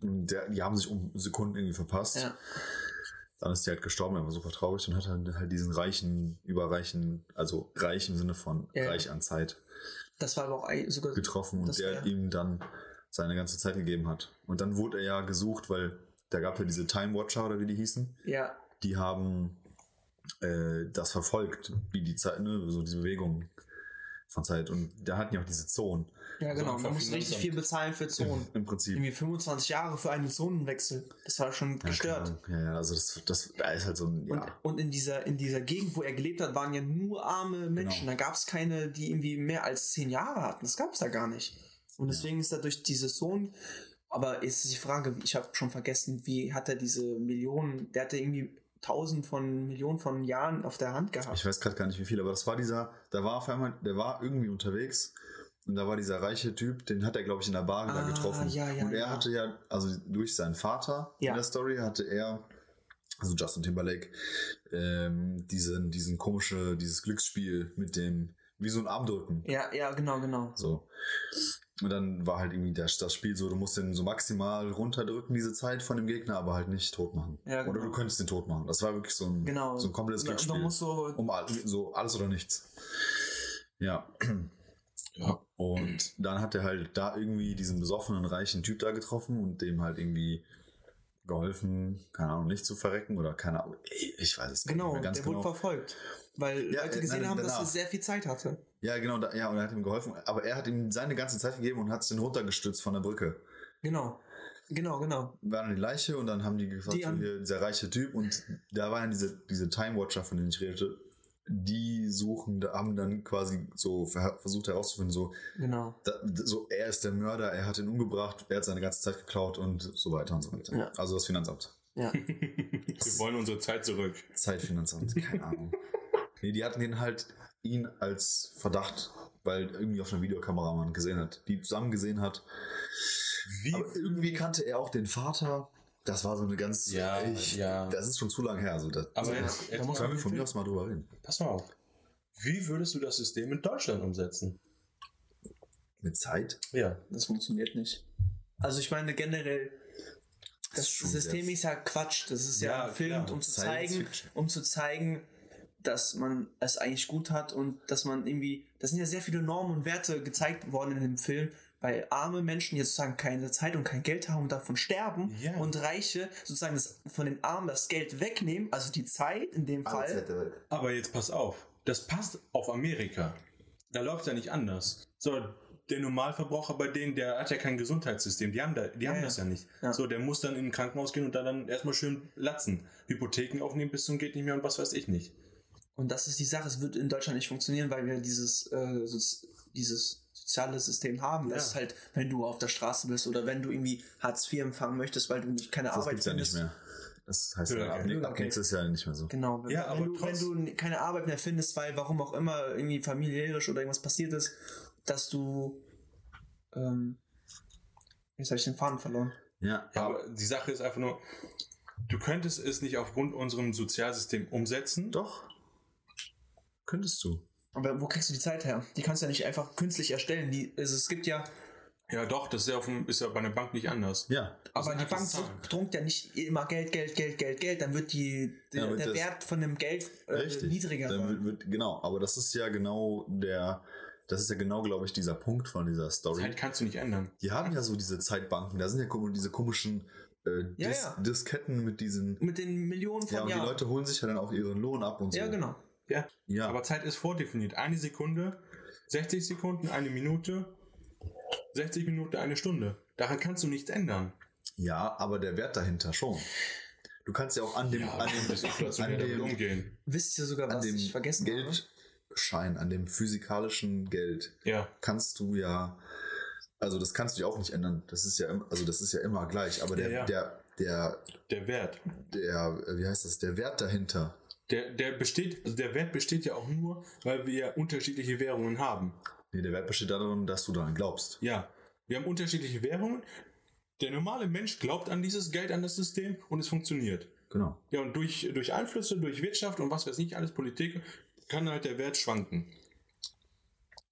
Und Der, die haben sich um Sekunden irgendwie verpasst.
Ja.
Dann ist die halt gestorben, er war super traurig und hat dann halt diesen reichen, überreichen, also reich im Sinne von
Ja.
reich an Zeit
Das war aber auch ei- sogar
getroffen und
Das
der
wär-
ihm dann seine ganze Zeit gegeben hat. Und dann wurde er ja gesucht, weil da gab ja diese Time Watcher oder wie die hießen,
ja,
die haben äh, das verfolgt, wie die Zeit, ne, so diese Bewegung von Zeit. Und da hatten ja auch diese Zonen
ja
So
genau.
einfach
Man muss richtig
Finanzamt.
viel bezahlen für Zonen.
im Prinzip.
Irgendwie 25 Jahre für einen Zonenwechsel. Das war schon
Ja, keine
gestört.
Ahnung. Ja, ja, also das, das da ist halt so ein,
Und,
ja,
und in, dieser, in dieser Gegend, wo er gelebt hat, waren ja nur
Genau.
arme Menschen. Da gab es keine, die irgendwie mehr als 10 Jahre hatten. Das gab es da gar nicht. Und deswegen ist da durch diese Zonen. Aber jetzt ist die Frage, ich habe schon vergessen, wie hat er diese Millionen, der hatte irgendwie tausend von Millionen von Jahren auf der Hand gehabt.
ich weiß gerade gar nicht wie viel, aber das war dieser, da war auf einmal, der war irgendwie unterwegs und da war dieser reiche Typ, den hat er, glaube ich, in der Bar da
Ah,
getroffen.
ja, ja,
und er
ja.
hatte ja, also durch seinen Vater
Ja.
in der Story hatte er, also Justin Timberlake, ähm, diesen, diesen komische, dieses Glücksspiel mit dem, wie so ein Armdrücken.
ja, ja, genau, genau.
So. Und dann war halt irgendwie das, das Spiel so, du musst den so maximal runterdrücken, diese Zeit von dem Gegner, aber halt nicht tot machen.
Ja, genau.
Oder du könntest den tot machen. Das war wirklich so ein,
Genau.
so ein komplettes
Man-
Glücksspiel.
Man muss so
Um all, so alles oder nichts. Ja.
Ja.
Und dann hat er halt da irgendwie diesen besoffenen, reichen Typ da getroffen und dem halt irgendwie geholfen, keine Ahnung, nicht zu verrecken oder keine Ahnung. Ich weiß es gar nicht
Genau,
mehr ganz
der wurde
genau.
verfolgt. Weil
Ja,
Leute
äh,
gesehen
nein,
haben, dass er
danach.
sehr viel Zeit hatte.
Ja, genau, da, ja, und er hat ihm geholfen, aber er hat ihm seine ganze Zeit gegeben und hat es den runtergestützt von der Brücke.
Genau. Genau, genau.
War dann die Leiche und dann haben die gefragt,
Die haben-
hier, dieser reiche Typ und da waren diese, diese Time Watcher, von denen ich redete, die suchen, da haben dann quasi so ver- versucht herauszufinden, so,
Genau.
da, so, er ist der Mörder, er hat ihn umgebracht, er hat seine ganze Zeit geklaut und so weiter und so weiter.
Ja.
Also das Finanzamt.
Ja.
[LAUGHS] Wir wollen unsere Zeit zurück.
[LAUGHS]
Zeitfinanzamt, keine Ahnung. Nee, die hatten ihn halt, ihn als Verdacht, weil irgendwie auf einer Videokamera man gesehen hat, die zusammen gesehen hat.
Wie?
Aber irgendwie kannte er auch den Vater. Das war so eine ganz,
Ja, ja.
das ist schon zu lange her. Also das,
Aber
da
jetzt,
da
jetzt
muss
mal,
können wir von mir aus mal drüber reden.
pass mal auf. Wie würdest du das System in Deutschland umsetzen?
Mit Zeit?
Ja.
Das funktioniert nicht. Also ich meine generell, das
ist schon
System
sehr-
ist ja Quatsch. Das ist ja,
Ja,
ein Film,
klar.
um zu
Science
zeigen,
Fiction.
um zu zeigen, dass man es eigentlich gut hat und dass man irgendwie, das sind ja sehr viele Normen und Werte gezeigt worden in dem Film, weil arme Menschen jetzt sozusagen keine Zeit und kein Geld haben und davon sterben
Ja.
und Reiche sozusagen das, von den Armen das Geld wegnehmen, also die Zeit in dem
Alle Zeit
Fall.
der Welt.
Aber jetzt pass auf. Das passt auf Amerika. Da läuft ja nicht anders. So, der Normalverbraucher bei denen, der hat ja kein Gesundheitssystem. Die haben, da, die haben
ja.
das ja nicht.
Ja.
So, der muss dann in ein Krankenhaus gehen und da dann erstmal schön latzen. Hypotheken aufnehmen bis zum geht nicht mehr und was weiß ich nicht.
Und das ist die Sache, es wird in Deutschland nicht funktionieren, weil wir dieses, äh, soz- dieses soziale System haben. Das
Ja.
ist halt, wenn du auf der Straße bist oder wenn du irgendwie Hartz IV empfangen möchtest, weil du nicht keine
Das
Arbeit
gibt's ja nicht mehr.
findest.
Das heißt,
Ja,
ja, ab,
okay.
ab nächstes Jahr nicht mehr so.
Genau, wenn,
Ja, aber
wenn, du, wenn
trotz-
du n- keine Arbeit mehr findest, weil warum auch immer irgendwie familiärisch oder irgendwas passiert ist, dass du. Ähm, jetzt habe ich den Faden verloren.
Ja,
Ja, aber die Sache ist einfach nur, du könntest es nicht aufgrund unserem Sozialsystem umsetzen.
Doch. Könntest du.
Aber wo kriegst du die Zeit her? Die kannst du ja nicht einfach künstlich erstellen. Die, also es gibt ja.
Ja, doch, das ist ja, auf dem, ist ja bei einer Bank nicht anders.
Ja.
Aber
sind
die
einfach
Bank
Zahlen.
druckt ja nicht immer Geld, Geld, Geld, Geld, Geld. Dann wird
Ja,
die, der-
aber
der
das-
Wert von dem Geld äh,
Richtig.
niedriger.
Dann
sein.
wird, wird, genau, aber das ist ja genau der Das ist ja genau, glaube ich, dieser Punkt von dieser Story.
Zeit kannst du nicht ändern.
Die haben ja so diese Zeitbanken, da sind ja kom- diese komischen äh,
Ja,
Dis
ja.
Disketten mit diesen.
Mit den Millionen von
Ja, und die
Jahren.
Leute holen sich ja dann auch ihren Lohn ab und so.
ja, genau.
Ja.
Ja,
Aber Zeit ist vordefiniert. Eine Sekunde, 60 Sekunden, eine Minute, 60 Minuten, eine Stunde. Daran kannst du nichts ändern.
ja, aber der Wert dahinter schon. Du kannst ja auch an dem, an dem,
das ist
an
damit
dem,
umgehen.
Wisst ihr sogar,
an
was
dem
ich vergessen habe?
Geldschein, an dem physikalischen Geld
Ja.
kannst du ja, also das kannst du ja auch nicht ändern. Das ist ja, im- also das ist ja immer gleich. Aber der,
Ja, ja.
der, der,
Der Wert.
der, äh, wie heißt das? Der Wert dahinter.
Der, der besteht, also der Wert besteht ja auch nur, weil wir unterschiedliche Währungen haben.
Nee, der Wert besteht darin, dass du daran glaubst.
Ja. Wir haben unterschiedliche Währungen. Der normale Mensch glaubt an dieses Geld, an das System und es funktioniert.
Genau.
Ja, und durch, durch Einflüsse, durch Wirtschaft und was weiß ich, alles Politik, kann halt der Wert schwanken.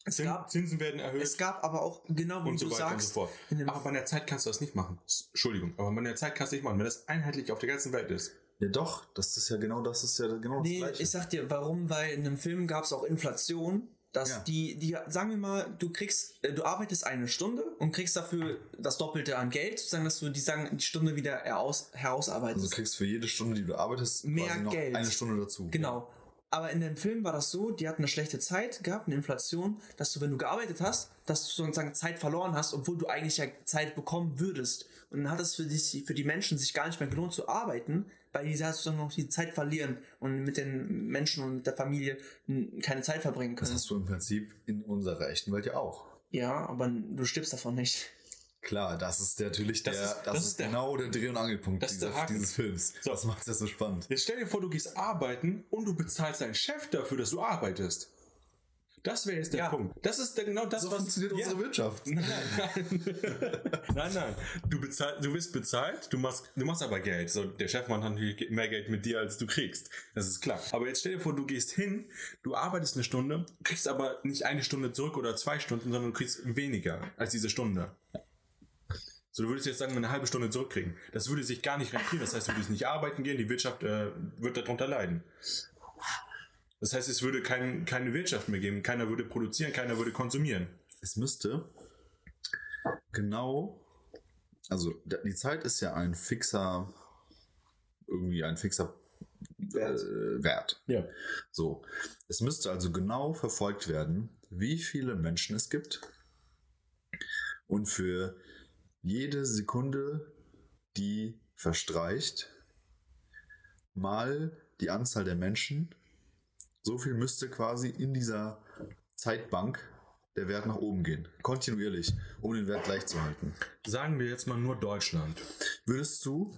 Es
Zin,
gab,
Zinsen werden erhöht.
es gab aber auch, genau wie
und
du
so weiter und so
sagst,
fort.
in dem-
Aber bei der Zeit kannst du das nicht machen. S- Entschuldigung, aber bei der Zeit kannst du nicht machen, wenn das einheitlich auf der ganzen Welt ist.
Ja, doch, das ist ja genau das ist ja genau
nee,
das Gleiche.
ich sag dir, warum? Weil in einem Film gab es auch Inflation, dass
Ja.
die, die, sagen wir mal, du kriegst, äh, du arbeitest eine Stunde und kriegst dafür das Doppelte an Geld, sozusagen, dass du die, sagen, die Stunde wieder heraus, herausarbeitest.
also du kriegst für jede Stunde, die du arbeitest,
Mehr
quasi noch
Geld.
eine Stunde dazu.
Genau. Aber in dem Film war das so, die hatten eine schlechte Zeit gehabt, eine Inflation, dass du, wenn du gearbeitet hast, dass du sozusagen Zeit verloren hast, obwohl du eigentlich ja Zeit bekommen würdest. Und dann hat es für die, für die Menschen sich gar nicht mehr gelohnt zu arbeiten, weil die halt sozusagen noch die Zeit verlieren und mit den Menschen und mit der Familie n- keine Zeit verbringen
Das
können.
hast du im Prinzip in unserer echten Welt ja auch.
Ja, aber du stirbst davon nicht.
Klar, das ist natürlich der,
Das
das
ist-
ist,
das ist der-
genau der Dreh- und Angelpunkt
Das ist der
dieser,
Haken.
dieses Films.
So.
Das macht es ja so spannend.
Jetzt stell dir vor, du gehst arbeiten und du bezahlst deinen Chef dafür, dass du arbeitest. Das wäre jetzt der
Ja.
Punkt. Das ist der- genau das,
So
was
funktioniert
ja.
unsere Wirtschaft.
Nein, nein. nein, nein. Du, bezahl, du wirst bezahlt, du machst, du machst aber Geld. So, der Chefmann hat natürlich mehr Geld mit dir, als du kriegst. Das ist klar. Aber jetzt stell dir vor, du gehst hin, du arbeitest eine Stunde, kriegst aber nicht eine Stunde zurück oder zwei Stunden, sondern du kriegst weniger als diese Stunde. So, du würdest jetzt sagen, eine halbe Stunde zurückkriegen. Das würde sich gar nicht rentieren. Das heißt, du würdest nicht arbeiten gehen, die Wirtschaft äh, wird darunter leiden. Das heißt, es würde kein, keine Wirtschaft mehr geben. Keiner würde produzieren, keiner würde konsumieren.
Es müsste genau, also da- die Zeit ist ja ein fixer, irgendwie ein fixer Wert. Äh, Wert.
Ja.
So, es müsste also genau verfolgt werden, wie viele Menschen es gibt und für jede Sekunde, die verstreicht, mal die Anzahl der Menschen. So viel müsste quasi in dieser Zeitbank der Wert nach oben gehen. Kontinuierlich, um den Wert gleich zu halten.
Sagen wir jetzt mal nur Deutschland.
Würdest du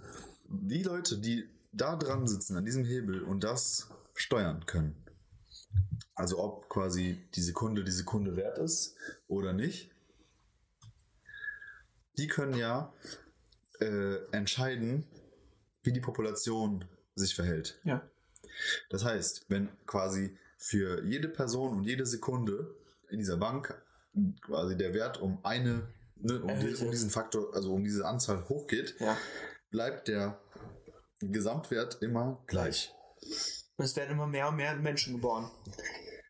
die Leute, die da dran sitzen, an diesem Hebel und das steuern können, also ob quasi die Sekunde die Sekunde wert ist oder nicht, die können ja äh, entscheiden, wie die Population sich verhält.
Ja.
Das heißt, wenn quasi für jede Person und jede Sekunde in dieser Bank quasi der Wert um eine, ne, um,
Erhöht
die, um
wird.
diesen Faktor, also um diese Anzahl hochgeht,
Ja.
bleibt der Gesamtwert immer gleich.
Und es werden immer mehr und mehr Menschen geboren.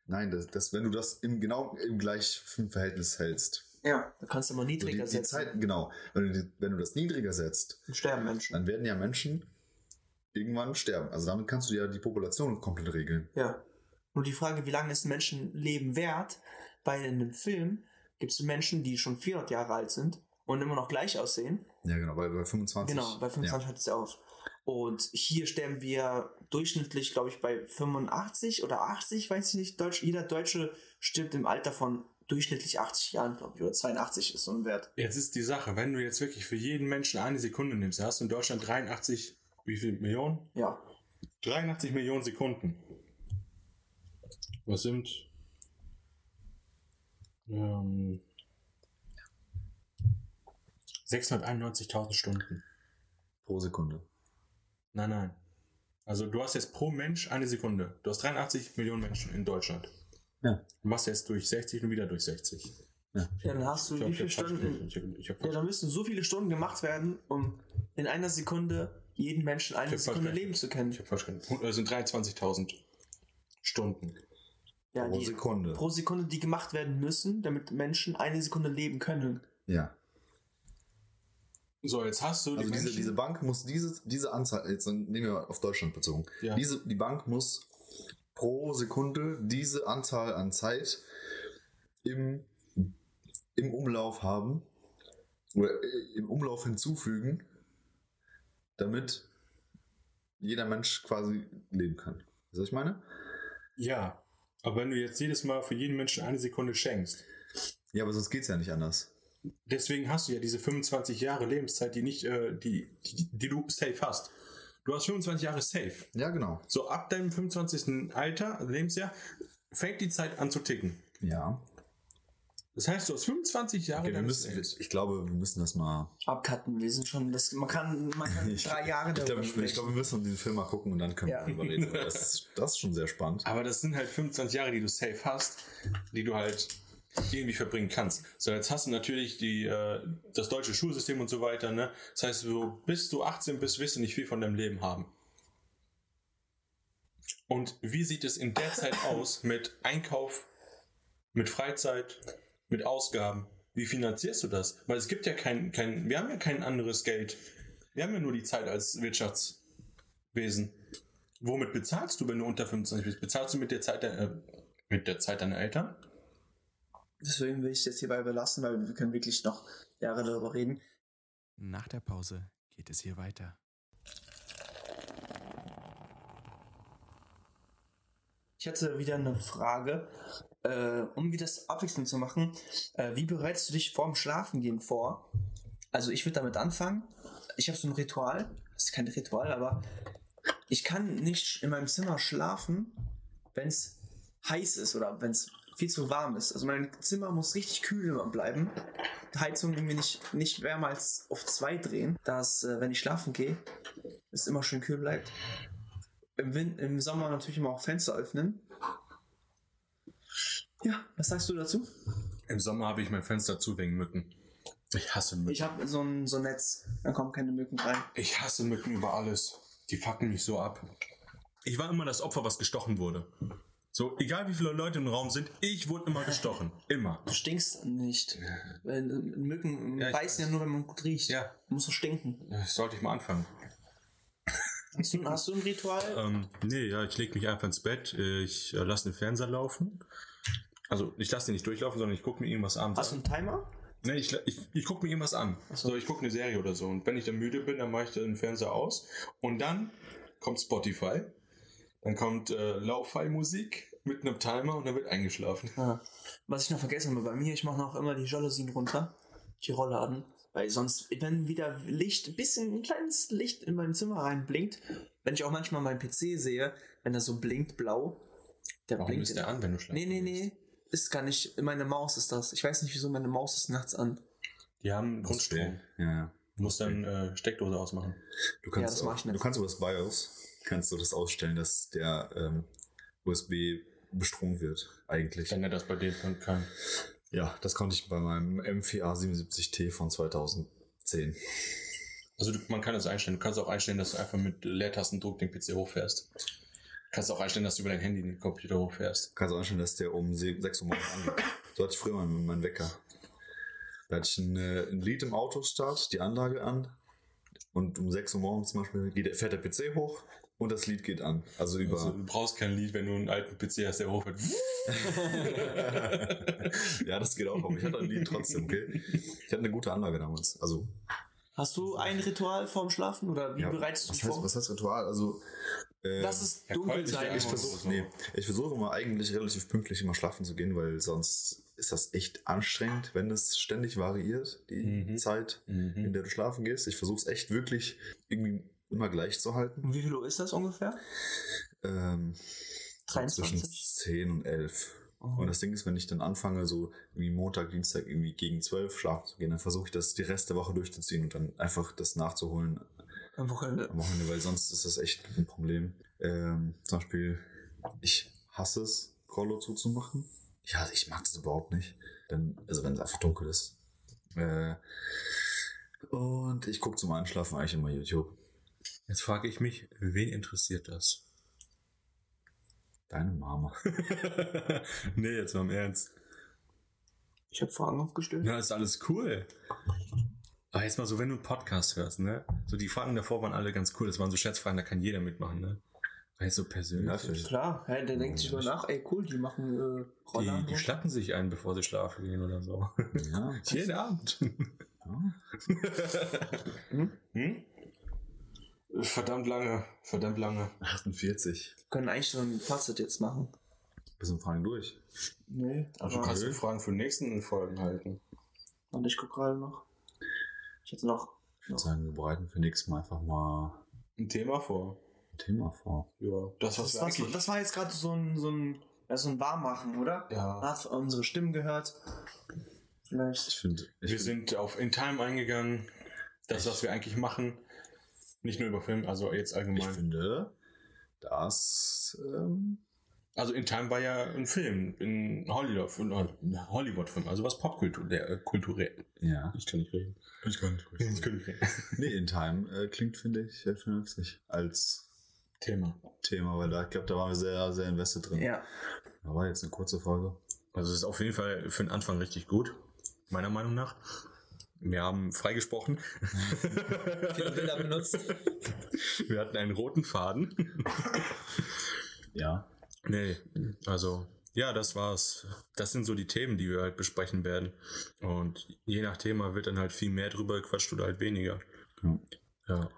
Nein, das, das, wenn du das im, genau im gleichen Verhältnis hältst.
Ja. Du kannst immer
So die,
niedriger
die
setzen.
Zeit, genau. Wenn du, die, wenn du das niedriger setzt,
Dann sterben Menschen.
dann werden ja Menschen irgendwann sterben. Also damit kannst du ja die Population komplett regeln.
Ja. Nur die Frage, wie lange ist ein Menschenleben wert? Weil in einem Film gibt es Menschen, die schon 400 Jahre alt sind und immer noch gleich aussehen.
Ja, genau, bei, bei 25.
Genau, bei 25 hört es ja auf. Und hier sterben wir durchschnittlich, glaube ich, bei 85 oder 80, weiß ich nicht. Deutsch, jeder Deutsche stirbt im Alter von durchschnittlich 80 Jahren, glaube ich, oder 82 ist so ein Wert.
Jetzt ist die Sache, wenn du jetzt wirklich für jeden Menschen eine Sekunde nimmst, hast du in Deutschland 83, wie viel Millionen?
Ja.
83 Millionen Sekunden. Was sind? Ähm, 691.000 Stunden.
Ja, pro Sekunde.
Nein, nein. Also du hast jetzt pro Mensch eine Sekunde. Du hast 83 Millionen Menschen in Deutschland.
Ja.
Du machst jetzt durch 60 und wieder durch 60.
Ja, dann hast du
Ich hab
wie viele
jetzt falsch
Stunden?
gerechnet. Ich hab- ich hab
Ja,
falsch-
da müssen so viele Stunden gemacht werden, um in einer Sekunde jeden Menschen
Ich
eine
hab falsch
Sekunde
gerechnet.
leben zu können.
Ich habe falsch gerechnet. Punkt- äh, sind 23.000 Stunden.
Ja,
pro
die,
Sekunde.
pro Sekunde, die gemacht werden müssen, damit Menschen eine Sekunde leben können.
ja.
So, jetzt hast du
Also diese,
Menschen-
diese Bank muss diese, diese Anzahl, jetzt nehmen wir mal auf Deutschland bezogen,
Ja.
diese, die Bank muss pro Sekunde diese Anzahl an Zeit im, im Umlauf haben oder äh, im Umlauf hinzufügen, damit jeder Mensch quasi leben kann. Weißt du, was ich meine?
Ja, aber wenn du jetzt jedes Mal für jeden Menschen eine Sekunde schenkst,
Ja, aber sonst geht es ja nicht anders.
deswegen hast du ja diese 25 Jahre Lebenszeit, die nicht, äh, die, die, die du safe hast. Du hast 25 Jahre safe.
Ja, genau.
So ab deinem 25. Alter, Lebensjahr, fängt die Zeit an zu ticken.
Ja.
Das heißt, du hast 25 Jahre
Okay, wir
deines
müssen,
Lebens.
ich glaube, wir müssen das mal
Abcutten, wir sind schon, das, man kann, man kann drei
[LAUGHS]
Jahre
Ich
darüber
glaube, ich, ich
sprechen.
glaub, wir müssen den Film mal gucken und dann können
Ja.
wir darüber reden. weil Das, ist- das ist schon sehr
[LAUGHS]
spannend.
Aber das sind halt 25 Jahre, die du safe hast, die du halt irgendwie verbringen kannst. So, jetzt hast du natürlich die, äh, das deutsche Schulsystem und so weiter, ne? Das heißt, so, bis du 18 bist, wirst du nicht viel von deinem Leben haben. Und wie sieht es in der Zeit aus mit Einkauf, mit Freizeit, mit Ausgaben? Wie finanzierst du das? Weil es gibt ja kein, kein, wir haben ja kein anderes Geld. Wir haben ja nur die Zeit als Wirtschaftswesen. Womit bezahlst du, wenn du unter 25 bist? Bezahlst du mit der Zeit, de- äh, mit der Zeit deiner Eltern?
Deswegen will ich es jetzt hierbei belassen, weil wir können wirklich noch Jahre darüber reden.
Nach der Pause geht es hier weiter.
Ich hatte wieder eine Frage, äh, um wieder das abwechselnd zu machen. Äh, wie bereitest du dich vorm Schlafengehen vor? Also ich würde damit anfangen. Ich habe so ein Ritual. Das ist kein Ritual, aber ich kann nicht in meinem Zimmer schlafen, wenn es heiß ist oder wenn es viel zu warm ist. Also mein Zimmer muss richtig kühl bleiben. Die Heizung irgendwie nicht, nicht wärmer als auf zwei drehen, dass äh, wenn ich schlafen gehe, es immer schön kühl bleibt im, Win im Sommer natürlich immer auch Fenster öffnen. Ja, was sagst du dazu?
Im Sommer habe ich mein Fenster zu wegen Mücken. Ich hasse Mücken.
Ich habe so ein, so ein Netz, da kommen keine Mücken rein.
Ich hasse Mücken über alles. Die fucken mich so ab. Ich war immer das Opfer, was gestochen wurde. So, egal wie viele Leute im Raum sind, ich wurde immer gestochen. Immer.
Du stinkst nicht. Weil äh, Mücken
Ja, ich
beißen ja nur, wenn man gut riecht.
Ja.
Du musst doch stinken.
Äh, Sollte ich mal anfangen.
Hast du, hast du ein Ritual?
Ähm, nee, ja, ich lege mich einfach ins Bett. äh, Ich äh, lasse den Fernseher laufen. Also, ich lasse den nicht durchlaufen, sondern ich gucke mir irgendwas abends
Hast du
an.
einen Timer?
Nee, Ne, ich, ich, ich gucke mir irgendwas an.
so.
So. ich gucke eine Serie oder so. Und wenn ich dann müde bin, dann mache ich den Fernseher aus. Und dann kommt Spotify. Dann kommt äh, Laufei-Musik mit einem Timer und dann wird eingeschlafen.
Ja. Was ich noch vergessen habe bei mir, ich mache noch immer die Jalousien runter, die Rollladen, weil sonst, wenn wieder Licht, ein bisschen, ein kleines Licht in meinem Zimmer reinblinkt, wenn ich auch manchmal meinen PC sehe, wenn er so blinkt blau, der
Warum
blinkt.
ist der an, wenn du schläfst?
nee, nee, nee, ist gar nicht, meine Maus ist das. Ich weiß nicht, wieso meine Maus ist nachts an.
Die haben Grundstrom.
Ja, ja.
Du musst dann äh, Steckdose ausmachen.
Du kannst,
das
auch,
mach ich nicht.
du kannst über das BIOS kannst du das ausstellen, dass der ähm, USB bestrungen wird, eigentlich.
Wenn er das bei dir tun kann.
Ja, das konnte ich bei meinem M4A77T von 2010.
Also du, man kann das einstellen. Du kannst auch einstellen, dass du einfach mit Leertastendruck den PC hochfährst. Du kannst auch einstellen, dass du über dein Handy den Computer hochfährst.
Kannst du einstellen, dass der um sie- 6 Uhr morgens angeht. So hatte ich früher meinen meinen Wecker. Da hatte ich ein, äh, ein Lied im Auto start, die Anlage an. Und um 6 Uhr morgens zum Beispiel geht, der- fährt der PC hoch und das Lied geht an. Also über.
Also, du brauchst kein Lied, wenn du einen alten PC hast, der hochfährt.
[LAUGHS] ja, das geht auch, aber ich hatte ein Lied trotzdem, okay? Ich hatte eine gute Anlage damals. Also,
Hast du ein Ritual vorm Schlafen oder wie
ja,
bereitest du
was
dich
heißt,
vor?
was heißt Ritual? Also, äh,
Lass es
Ja,
dunkel
Colt, ich-
sein.
ich
Ja,
versuche
so.
nee, ich versuche immer eigentlich relativ pünktlich immer schlafen zu gehen, weil sonst ist das echt anstrengend, wenn das ständig variiert, die
Mhm.
Zeit, in der du schlafen gehst. Ich versuche es echt wirklich irgendwie immer gleich zu halten.
Und Um wie viel Uhr ist das ungefähr?
Ähm, so zwischen
23?
10 und 11.
Oh.
Und das Ding ist, wenn ich dann anfange, so wie Montag, Dienstag irgendwie gegen 12 schlafen zu gehen, dann versuche ich das die Rest der Woche durchzuziehen und dann einfach das nachzuholen
Am Wochenende.
am Wochenende, weil sonst ist das echt ein Problem. Ähm, zum Beispiel, ich hasse es, Rollo zuzumachen. Ja, ich mag das überhaupt nicht. Dann, also wenn es einfach dunkel ist. Äh, und ich gucke zum Einschlafen eigentlich immer YouTube.
[LAUGHS] Jetzt frage ich mich, wen interessiert das?
Deine [LAUGHS] Mama.
nee, jetzt mal im Ernst.
Ich habe Fragen aufgestellt.
Na, ist alles cool. Aber jetzt mal so, wenn du einen Podcast hörst, ne? So die Fragen davor waren alle ganz cool. Das waren so Scherzfragen, da kann jeder mitmachen, ne? Weißt du, persönlich.
Natürlich.
Klar, hä, der denkt sich mal nach, ey cool, die machen äh,
Die,
Roller.
die schlacken sich ein, bevor sie schlafen gehen oder [LAUGHS] so.
Ja.
Jeden Abend.
ja.
Hm? Verdammt lange, verdammt lange.
48.
können eigentlich so ein Fazit jetzt machen.
Bis zum Fragen durch.
Nee,
Also du
aber
kannst die Fragen für die nächsten Folgen halten.
und ich guck gerade noch. Ich hätte noch.
Ich würde sagen, wir bereiten für nächstes Mal einfach mal
Ein Thema vor.
ein Thema vor.
Ja, das, was
Das,
wir
war,
eigentlich...
das war jetzt gerade so ein, so ein, ja, so ein Warmmachen, oder?
ja.
Man hat unsere Stimmen gehört. Vielleicht.
Ich finde, ich
wir
find,
sind auf In Time eingegangen. Das, was wir eigentlich machen. Nicht nur über Film, also jetzt
ich
allgemein.
finde, das ähm,
Also In Time war ja ein Film, ein Hollywood-Film, ein Hollywood-Film, also was Popkultur, der äh, kulturell.
ja.
Ich kann nicht reden.
Ich kann nicht
kann nicht reden.
Nee, in Time äh, klingt, finde ich, äh, vernünftig als
Thema.
Thema, weil da, ich glaube, da waren wir sehr, sehr invested drin.
Ja.
Da war jetzt eine kurze Folge.
Also es ist auf jeden Fall für den Anfang richtig gut, meiner Meinung nach. Wir haben freigesprochen.
[LAUGHS] Viele Bilder benutzt.
Wir hatten einen roten Faden.
Ja.
Nee, also ja, das war's. Das sind so die Themen, die wir halt besprechen werden. Und je nach Thema wird dann halt viel mehr drüber gequatscht oder halt weniger.
Ja.
Ja.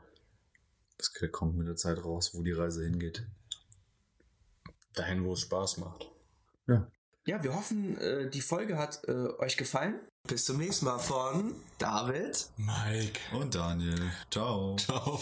Das kommt mit der Zeit raus, wo die Reise hingeht.
Dahin, wo es Spaß macht.
Ja, wir hoffen, äh, die Folge hat äh, euch gefallen. Bis zum nächsten Mal von David. [LAUGHS]
Mike.
Und Daniel. Ciao.
Ciao.